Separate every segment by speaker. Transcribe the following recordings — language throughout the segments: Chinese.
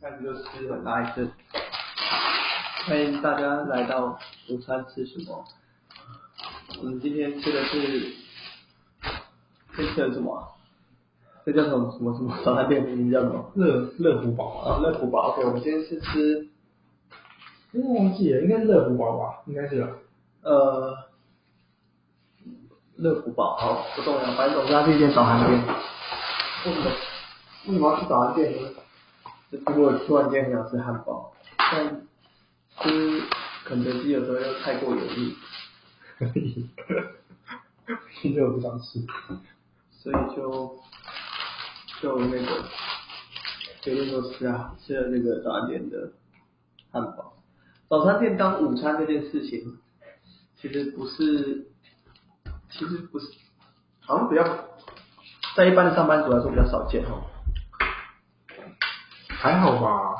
Speaker 1: 看这吃很大一次。欢迎大家来到午餐吃什么？我们今天吃的是，这吃的是什么啊？这叫什么什么什么 早餐店名叫什么？
Speaker 2: 热热虎堡啊，
Speaker 1: 啊，乐福吧。OK，我们今天是吃
Speaker 2: 因为忘记了，应该是热虎堡吧，应该是啊吧。
Speaker 1: 呃，乐福堡，好，不重要，反正总之它是一间早餐店。为什么为什么要吃早餐店呢？就是如果突然间很想吃汉堡，但吃肯德基有时候又太过油腻，
Speaker 2: 现在我不想吃。
Speaker 1: 所以就就那个决定说吃啊，吃了那个早餐店的汉堡。早餐店当午餐这件事情，其实不是，其实不是，好像比较在一般的上班族来说比较少见哦。
Speaker 2: 还好吧。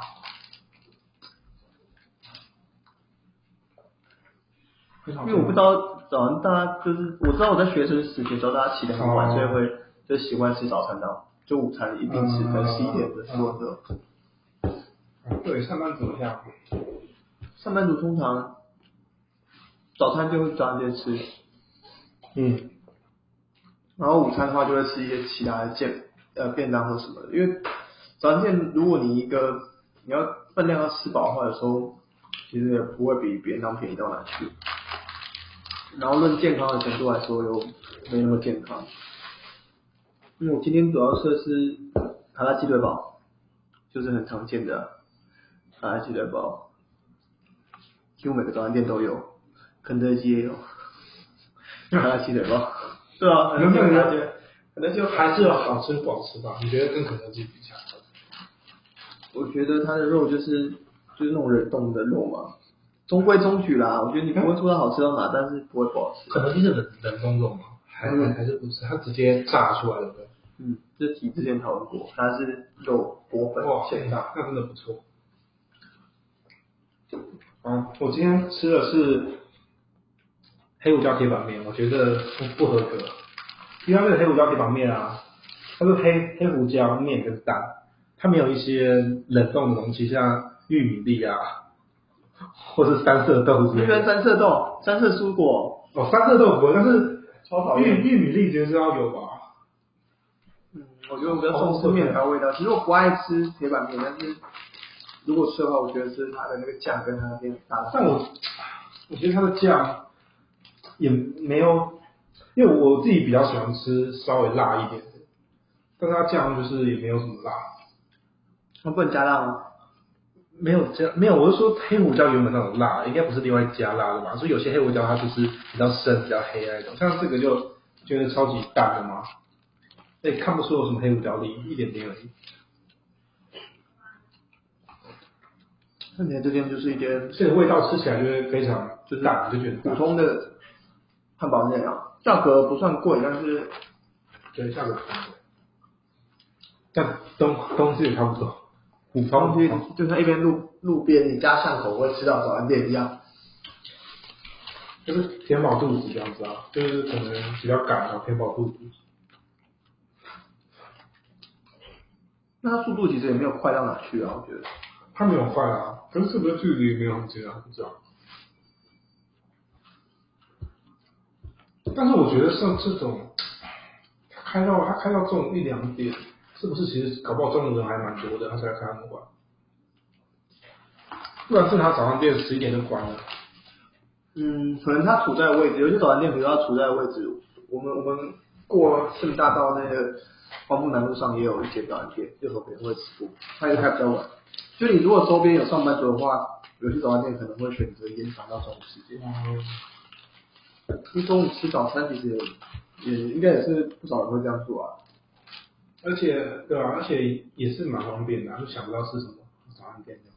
Speaker 2: 因
Speaker 1: 因为我不知道早上大家就是，我知道我在学生时期的时候，大家起得很晚，
Speaker 2: 哦
Speaker 1: 所以会就习惯吃早餐当就午餐一定吃，可能十一点的时候的。
Speaker 2: 嗯对，上班族这样。
Speaker 1: 上班族通常早餐就会早点吃，
Speaker 2: 嗯，
Speaker 1: 然后午餐的话就会吃一些其他的健呃便当或什么的，因为早餐店如果你一个你要分量要吃饱的话，有时候其实也不会比便当便宜到哪去。然后论健康的程度来说，又没那么健康。嗯，我今天主要吃的是卡拉鸡腿堡，就是很常见的卡拉鸡腿堡，几乎每个早餐店都有，肯德基也有卡拉鸡腿堡。 对啊，
Speaker 2: 有没有人
Speaker 1: 觉？肯德基有
Speaker 2: 还是有好吃不好吃吧？你觉得跟肯德基比较？
Speaker 1: 我觉得它的肉就是就是那种冷冻的肉嘛，中规中矩啦。我觉得你不会说它好吃到哪，但是不会不好吃。
Speaker 2: 肯德基是冷冷冻肉吗？还
Speaker 1: 嗯
Speaker 2: 还是不是？它直接炸出来的。
Speaker 1: 嗯，这题之前讨论过，它是肉裹粉
Speaker 2: 哇，
Speaker 1: 现炸。
Speaker 2: 那真的不错。嗯，我今天吃的是黑胡椒铁板面，我觉得不不合格，因为它那个黑胡椒铁板面啊，它是黑黑胡椒面跟蛋，它没有一些冷冻的东西，像玉米粒啊，或是三色豆之
Speaker 1: 你
Speaker 2: 类
Speaker 1: 喜欢
Speaker 2: 的。
Speaker 1: 三色豆、三色蔬果？
Speaker 2: 哦，三色豆不会，但是
Speaker 1: 超讨厌
Speaker 2: 玉玉米粒绝对是要有吧。
Speaker 1: 嗯，我觉得我跟寿司面条味道。其实我不爱吃铁板面，但是如果吃的话，我觉得是它的那个酱跟它的面搭的。
Speaker 2: 但我我觉得它的酱也没有，因为我自己比较喜欢吃稍微辣一点的，但是它酱就是也没有什么辣，
Speaker 1: 它不能加辣吗？
Speaker 2: 没有加没有，我是说黑胡椒原本那种辣，应该不是另外加辣的吧？所以有些黑胡椒它就是比较深、比较黑啊那一种，像这个就觉得超级淡的嘛，所以看不出有什么黑胡椒粒，一点点而已。
Speaker 1: 那你的这边就是一间
Speaker 2: 所以味道吃起来就会非常就淡，就觉得
Speaker 1: 普
Speaker 2: 淡
Speaker 1: 通的汉堡店啊，价格不算贵，但是
Speaker 2: 对，下个口味。但东东西也差不多，五方
Speaker 1: 东西就像一边路路边你家巷口会吃到早餐店一样。
Speaker 2: 就是填饱肚子这样子啊，就是可能比较赶啊，填饱肚子。
Speaker 1: 那它速度其实也没有快到哪去啊，我觉得。
Speaker 2: 它没有坏啊，可是是不是距离没有很近啊？不知道。但是我觉得像这种，它开到它开到中午一两点，是不是其实搞不好中午人还蛮多的，他才开那么晚？不然正常早上店十一点就关了。
Speaker 1: 嗯，可能它处在的位置，有些早餐店，比如说它处在的位置，我们我们过圣大道那个黄埔南路上也有一间早餐店，就和别人会吃过，它也开比较晚。就你如果周边有上班族的话，有些早餐店可能会选择延长到中午时间，因为中午吃早餐其实也也应该也是不少人会这样做啊。
Speaker 2: 而且对啊，而且也是蛮方便的、啊就想不到吃什么早餐店这样。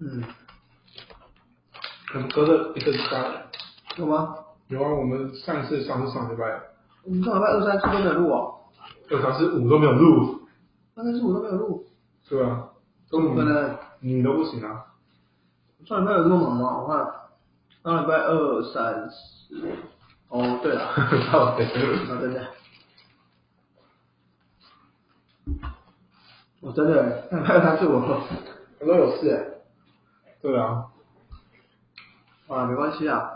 Speaker 1: 嗯，
Speaker 2: 我们隔了一个礼拜，
Speaker 1: 有吗？
Speaker 2: 有啊，我们上一次上是上礼拜，
Speaker 1: 我们上礼拜二三四都没有录哦，
Speaker 2: 有小时五都没有录，
Speaker 1: 二三四五都没有录，
Speaker 2: 对啊，
Speaker 1: 怎
Speaker 2: 中午
Speaker 1: 么可能？
Speaker 2: 你都不行啊，
Speaker 1: 上礼拜有这么忙吗？我看上礼拜二、三、四， 哦，对了，
Speaker 2: 靠北
Speaker 1: 啊，真的，哦我真的，那那那是我，我都有事哎，
Speaker 2: 对啊，
Speaker 1: 啊，没关系啊，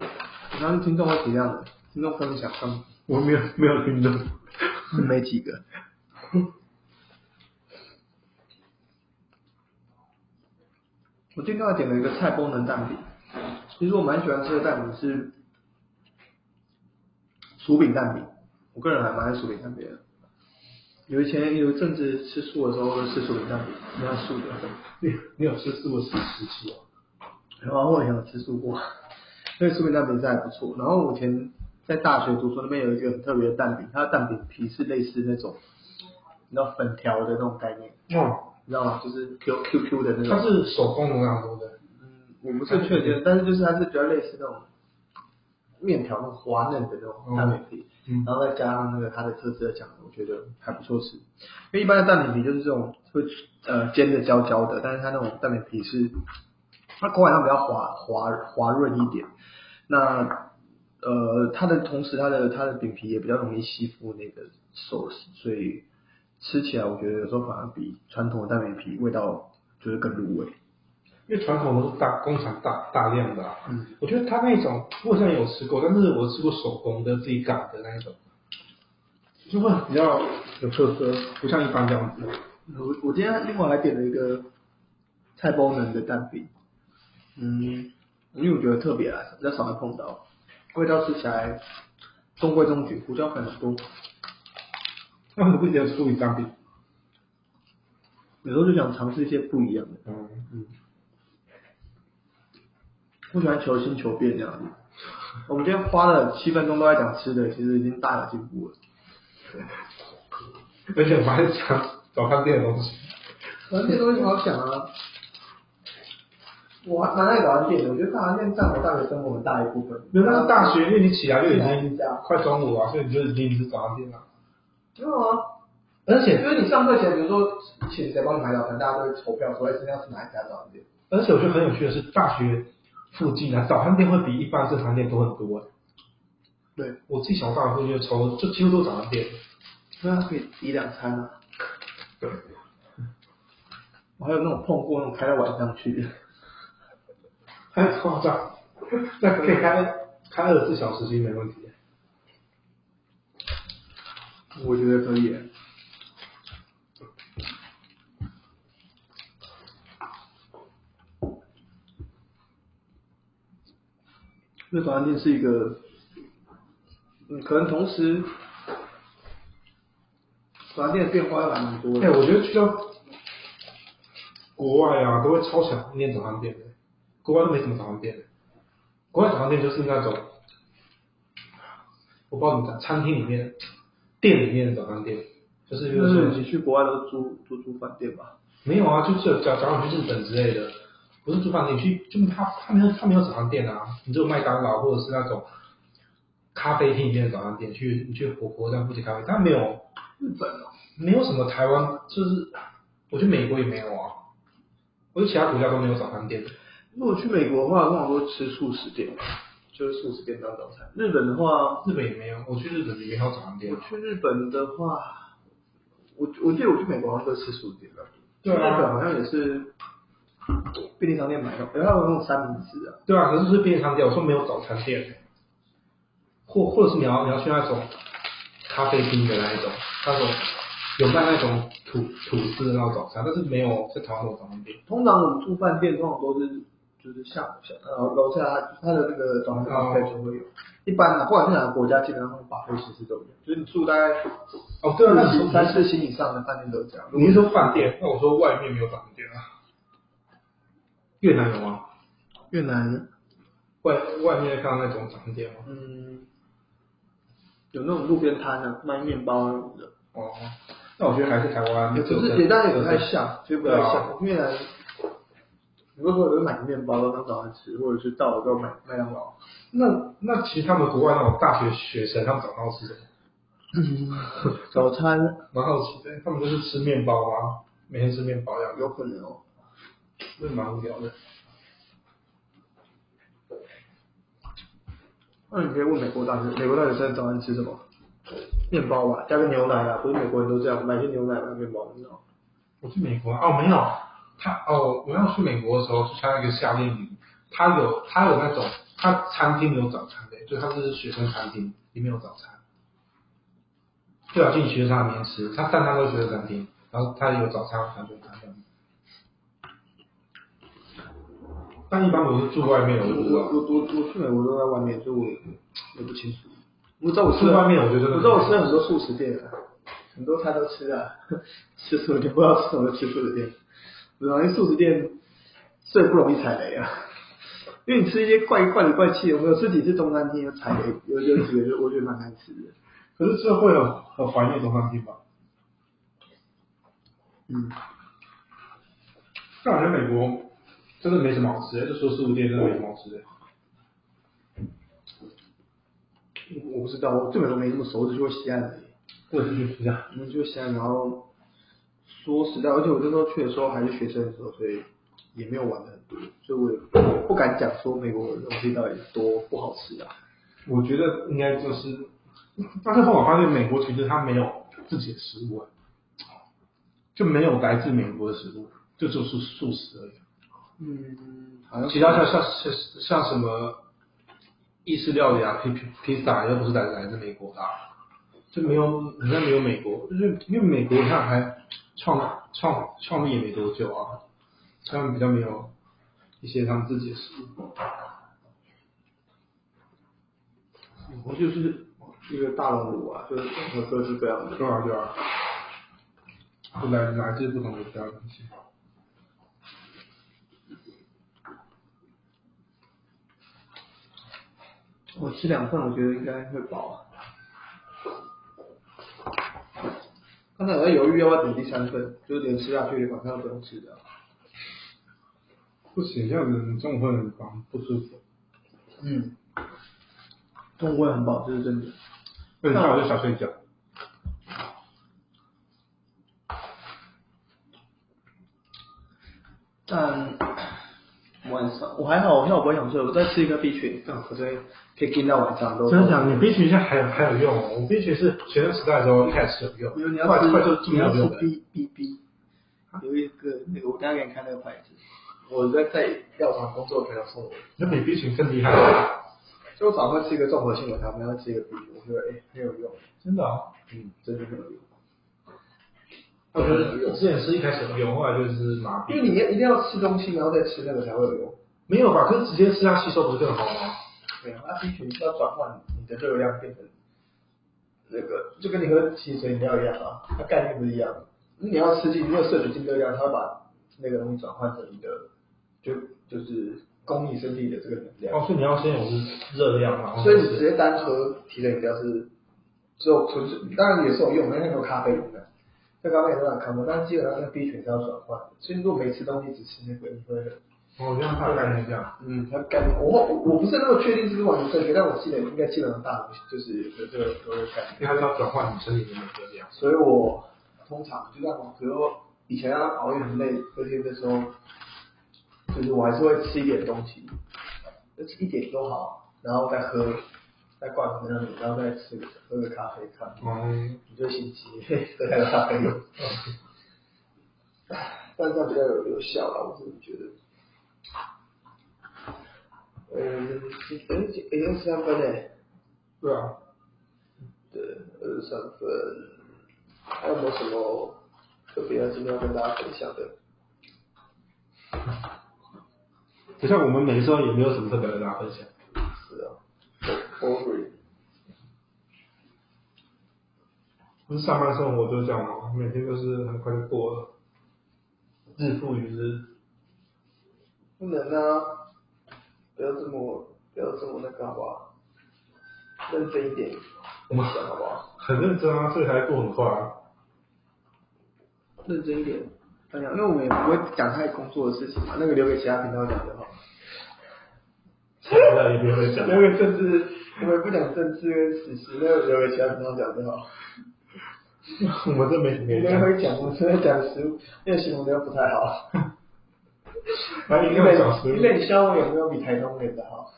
Speaker 1: 我相信听众会体谅的，听众分享上
Speaker 2: 我没有没有听众，
Speaker 1: 没几个，我今天还点了一个菜功能蛋饼，其实我蛮喜欢吃的蛋饼是薯饼蛋饼，我个人还蛮爱薯饼蛋饼的。有以前有一阵子吃素的时候会吃薯饼蛋饼，蛮素的。
Speaker 2: 你你有吃素的时时期哦？
Speaker 1: 然后我也有吃素过，所以薯饼蛋饼是还不错。然后我以前在大学读书那边有一个很特别的蛋饼，它的蛋饼皮是类似那种，你知道粉条的那种概念，
Speaker 2: 哦，
Speaker 1: 你知道吗？就是 Q Q Q 的那种。
Speaker 2: 它是手工的那种的，
Speaker 1: 嗯，我不是确定，但是就是它是比较类似那种面条那种滑嫩的那种蛋饼皮，
Speaker 2: 嗯
Speaker 1: 然后再加上那个它的特色酱，我觉得还不错吃。因为一般的蛋饼皮就是这种会呃煎的焦焦的，但是它那种蛋饼皮是它口感上比较滑滑滑润一点，那呃它的同时它的它的饼皮也比较容易吸附那个寿司，所以吃起来我觉得有时候反而比传统的蛋饼皮味道就是更入味。
Speaker 2: 因为传统都是大工厂大大量的、啊，
Speaker 1: 嗯，
Speaker 2: 我觉得它那种我好像有吃过，但是我吃过手工的自己擀的那一种，就会比较有特色，不像一般这样子。
Speaker 1: 我我今天另外还点了一个菜包能的蛋饼，嗯，因为我觉得特别啊，比较少会碰到，味道吃起来中规中矩，胡椒粉很多，
Speaker 2: 那我们不觉得出一张饼？
Speaker 1: 有时候就想尝试一些不一样的。
Speaker 2: 嗯，
Speaker 1: 我喜欢求新求变这样子。我们今天花了七分钟都在讲吃的，其实已经大有进步了。
Speaker 2: 而且我还想早餐店的东西，
Speaker 1: 早餐店东西好想啊，我还蛮爱早餐店的，我觉得早餐店占我大学生活很大一部分。
Speaker 2: 那那大学因为你起来就已
Speaker 1: 起来就
Speaker 2: 经
Speaker 1: 这样
Speaker 2: 快中午啊，所以你就已经是早餐店了。
Speaker 1: 没有啊，
Speaker 2: 而且
Speaker 1: 因为你上课前，比如说请谁帮你买早餐，大家都会投票说，哎，今天要吃哪一家早餐店。
Speaker 2: 而且我觉得很有趣的是，大学附近啊，早餐店会比一般正常店多很多、
Speaker 1: 对，
Speaker 2: 我自己小大学附近从就几乎都是早餐店。
Speaker 1: 那啊可以抵两餐啊。
Speaker 2: 对，
Speaker 1: 我还有那种碰过那种开到晚上去的，
Speaker 2: 太夸张， 那可以开开二十四小时其实没问题。
Speaker 1: 我觉得可以耶。因为早餐店是一个，嗯，可能同时，早餐店的变化还蛮多
Speaker 2: 哎、
Speaker 1: 的。
Speaker 2: 我觉得去到国外啊，都会超想念早餐店的，国外都没什么早餐店的，国外早餐店就是那种，我不知道怎么讲，餐厅里面、店里面的早餐店，就是比如说
Speaker 1: 就。是你去国外都住住住饭店吧？
Speaker 2: 没有啊，就是假假如你去日本之类的，不是住饭店，你去就他他没有他没有早餐店啊，你只有麦当劳或者是那种咖啡厅里面的早餐店，去你去火锅站附近咖啡，但没有
Speaker 1: 日本哦，
Speaker 2: 没有什么台湾，就是我觉得美国也没有啊，我觉得其他国家都没有早餐店。
Speaker 1: 如果去美国的话，通常都吃素食店，就是素食店当早餐。日本的话，
Speaker 2: 日本也没有，我去日本也没有早餐店
Speaker 1: 我。去日本的话，我我记得我去美国好像都吃素食店吧。
Speaker 2: 对啊
Speaker 1: 去日本好像也是便利商店买的，然后有那种三明治啊。
Speaker 2: 对啊，可是就是便利商店，我说没有早餐店，或或者是你要你要去那种咖啡厅的那一种，那种有卖那种吐吐司的那种早餐，但是没有在台湾的早餐店。
Speaker 1: 通常我们住饭店，通常都是就是下下呃楼下它的那个早餐
Speaker 2: 哦
Speaker 1: 咖啡就会有。一般啊，不管是哪个国家，基本上把会其实都有，就是你住大概
Speaker 2: 哦，对啊，那你
Speaker 1: 三
Speaker 2: 说
Speaker 1: 四星以上的饭店都有这样。
Speaker 2: 你是说饭店？那我说外面没有早餐店啊。越南有吗？
Speaker 1: 越南，
Speaker 2: 外外面看到那种早餐店吗？
Speaker 1: 嗯，有那种路边摊啊，卖面包什么的，
Speaker 2: 哦，那我觉得还是台湾。
Speaker 1: 也不是也但也不太像，其实不太
Speaker 2: 对啊
Speaker 1: 像。越南，如果说有买个面包当早餐吃，或者是到了之后买麦当 劳，
Speaker 2: 那那其实他们国外那种大学学生，他们早上吃什么？
Speaker 1: 嗯，早餐
Speaker 2: 蛮好奇的，他们就是吃面包啊，每天吃面包呀，
Speaker 1: 有可能哦。
Speaker 2: 真的蛮无聊的。
Speaker 1: 那你可以问美国大学，美国大学生早餐吃什么？面包吧，加个牛奶啊，不是美国人都这样，买些牛奶买面包，你知道吗？
Speaker 2: 我去美国啊哦，没有，他哦，我要去美国的时候去参加一个夏令营，他有他有那种他餐厅有早餐的，就他是学生餐厅里面有早餐，最好进学生餐里面吃，他但他都是学生餐厅，然后他有早餐和中餐这样子。但一般我是住外面，我就
Speaker 1: 我
Speaker 2: 不
Speaker 1: 我我
Speaker 2: 知道。
Speaker 1: 我我去美国都在外面，所以我也不清楚。我知道我吃
Speaker 2: 住外面我觉得
Speaker 1: 我知道我吃了很多素食店啊，很多餐都吃啊， 吃素的店不知道吃什么就吃素的店，不知道因为素食店最不容易踩雷啊，因为你吃一些怪怪里怪气的，我有吃几次中餐厅有踩雷，有有几个就我觉得蛮难吃的，
Speaker 2: 可是这会很很怀念中餐厅吧？
Speaker 1: 嗯，
Speaker 2: 但我觉得美国真的没什么好吃的，就说食物店真的没什么好吃的。
Speaker 1: 我不知道，我对美国没那么熟，我只去过西岸而已。
Speaker 2: 我也是去吃这样。
Speaker 1: 我们就想，然后说实在，而且我那时候去的时候还是学生的时候，所以也没有玩的很多，所以我也不敢讲说美国的东西到底多不好吃啊。
Speaker 2: 我觉得应该就是，但是后来发现美国其实它没有自己的食物，啊就没有来自美国的食物，就只有素素食而已。
Speaker 1: 嗯，好像
Speaker 2: 其他像像像像什么意式料理啊、披披披萨又不是来来自美国的啊、就没有好像没有美国，就是因为美国它还创创创立也没多久啊，他们比较没有一些他们自己的食物。
Speaker 1: 我就是一个大熔炉啊，就是有各式各样的。
Speaker 2: 对啊，对啊，就来来自不同国家的东西。
Speaker 1: 我吃两份，我觉得应该会饱啊。刚才我在犹豫要不要点第三份，就是连吃下去晚上都不用吃的啊。
Speaker 2: 不行，这样子你中午会很烦，不舒服。
Speaker 1: 嗯，中午会很饱，这是真的。
Speaker 2: 那你下午就想睡觉。
Speaker 1: 但晚上我还好，我下午不会想睡，我再吃一个 B 群，但我昨天可以盯到晚上都。
Speaker 2: 真的假的？你 B 群现在还有还有用哦，我 B 群是学生时代的时候一开始有
Speaker 1: 比如
Speaker 2: 用，
Speaker 1: 你要
Speaker 2: 后来
Speaker 1: 吃
Speaker 2: 后来就就
Speaker 1: 你
Speaker 2: 没
Speaker 1: 要
Speaker 2: 有
Speaker 1: 吃
Speaker 2: 用了。
Speaker 1: B B B，有一个那个我刚刚给你看那个牌子，我在在药厂工作的朋友送我，
Speaker 2: 那比 B 群更厉害，
Speaker 1: 就我早上吃一个综合性维他命，要吃一个 B，我觉得哎、很有用，
Speaker 2: 真的哦。
Speaker 1: 嗯，真的很有用。
Speaker 2: 我觉得我之前是一开始有用，后来就是麻
Speaker 1: 因
Speaker 2: 痹。
Speaker 1: 为你一定要吃东西，然后再吃那个才会有用。
Speaker 2: 没有吧？可是直接吃它吸收不是更好吗？
Speaker 1: 对啊，那 B 群是要转换你的热量变成那个，就跟你喝汽水饮料一样啊，它概念不是一样的。你要吃进，如果摄取进热量，它会把那个东西转换成你的，就就是供你身体的这个能量。
Speaker 2: 哦，所以你要先有是热量，然后
Speaker 1: 所以你直接单喝提的饮料是只有纯粹，当然也是有用，因为那个咖啡因的，那咖啡因有点抗过，但是基本上那 B 群是要转换的。所以如果没吃东西只吃那个，你会
Speaker 2: 哦，这样它概念这样。
Speaker 1: 嗯，他概念，我我不是那么确定是不是完全正确，但我记得应该基本上大部分就是有这个有这个概念，
Speaker 2: 因为它是要转换你身体里面的热量。
Speaker 1: 所以我通常就在我比如说以前要熬夜很累，而且那时候就是我还是会吃一点东西，就吃一点都好，然后再喝，再灌可能然后再吃喝个咖啡看，
Speaker 2: 嗯，
Speaker 1: 你就心急，喝个咖啡，但这样比较有有效啦，我自己觉得。嗯，等已经三分嘞，
Speaker 2: 对啊。
Speaker 1: 对，二十三分，还有没有什么特别要今天要跟大家分享的？
Speaker 2: 不像我们每次都也没有什么特别跟大家分享。
Speaker 1: 是啊 o r r y
Speaker 2: 不是上班生活就这样嘛，每天就是很快就过了，日复一日。
Speaker 1: 不能啊，不要这么不要这么那个好不好？认真一点，
Speaker 2: 我们
Speaker 1: 想好不好？
Speaker 2: 很认真啊，所以才过很快啊。
Speaker 1: 认真一点，分享，因为我们也不会讲太工作的事情嘛，那个留给其他频道讲就好了。
Speaker 2: 现在也没有人 讲，
Speaker 1: 留给政治，我们不讲政治跟史实，那留给其他频道讲就好。
Speaker 2: 我们这没什么
Speaker 1: 我们
Speaker 2: 人讲。
Speaker 1: 会讲，我们现在讲食物，那个形容的又不太好。
Speaker 2: 来，一
Speaker 1: 你
Speaker 2: 个小时
Speaker 1: 你，冷消我有没有比台东人的好？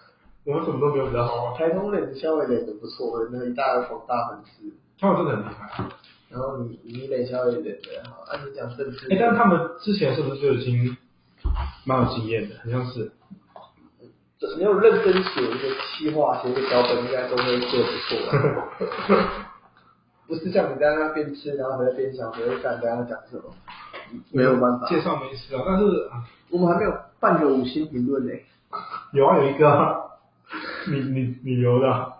Speaker 2: 我们什么都没有比较好啊，
Speaker 1: 台中磊的肖伟磊的不错，那一大房大粉丝。
Speaker 2: 他们真的很厉害。
Speaker 1: 然后你你磊肖伟磊的好，按你讲政治，
Speaker 2: 哎、但是他们之前是不是就已经蛮有经验的？好像是，
Speaker 1: 没有认真写一个企划，写一个脚本，应该都会做得不 错啦。不是像你在那边吃，然后还在边想，还在想大家讲什么，没有办法。
Speaker 2: 介绍没事啊，但是啊
Speaker 1: 我们还没有半个五星评论呢，
Speaker 2: 有啊有一个、啊， 你你你留的、啊，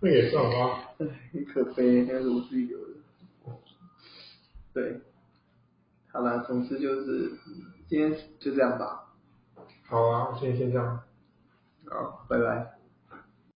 Speaker 2: 那个也算啊吗？
Speaker 1: 唉很可悲，那是我自己留的。对，好啦，总之就是嗯今天就这样吧。
Speaker 2: 好啊，我先先这样。
Speaker 1: 好，拜拜。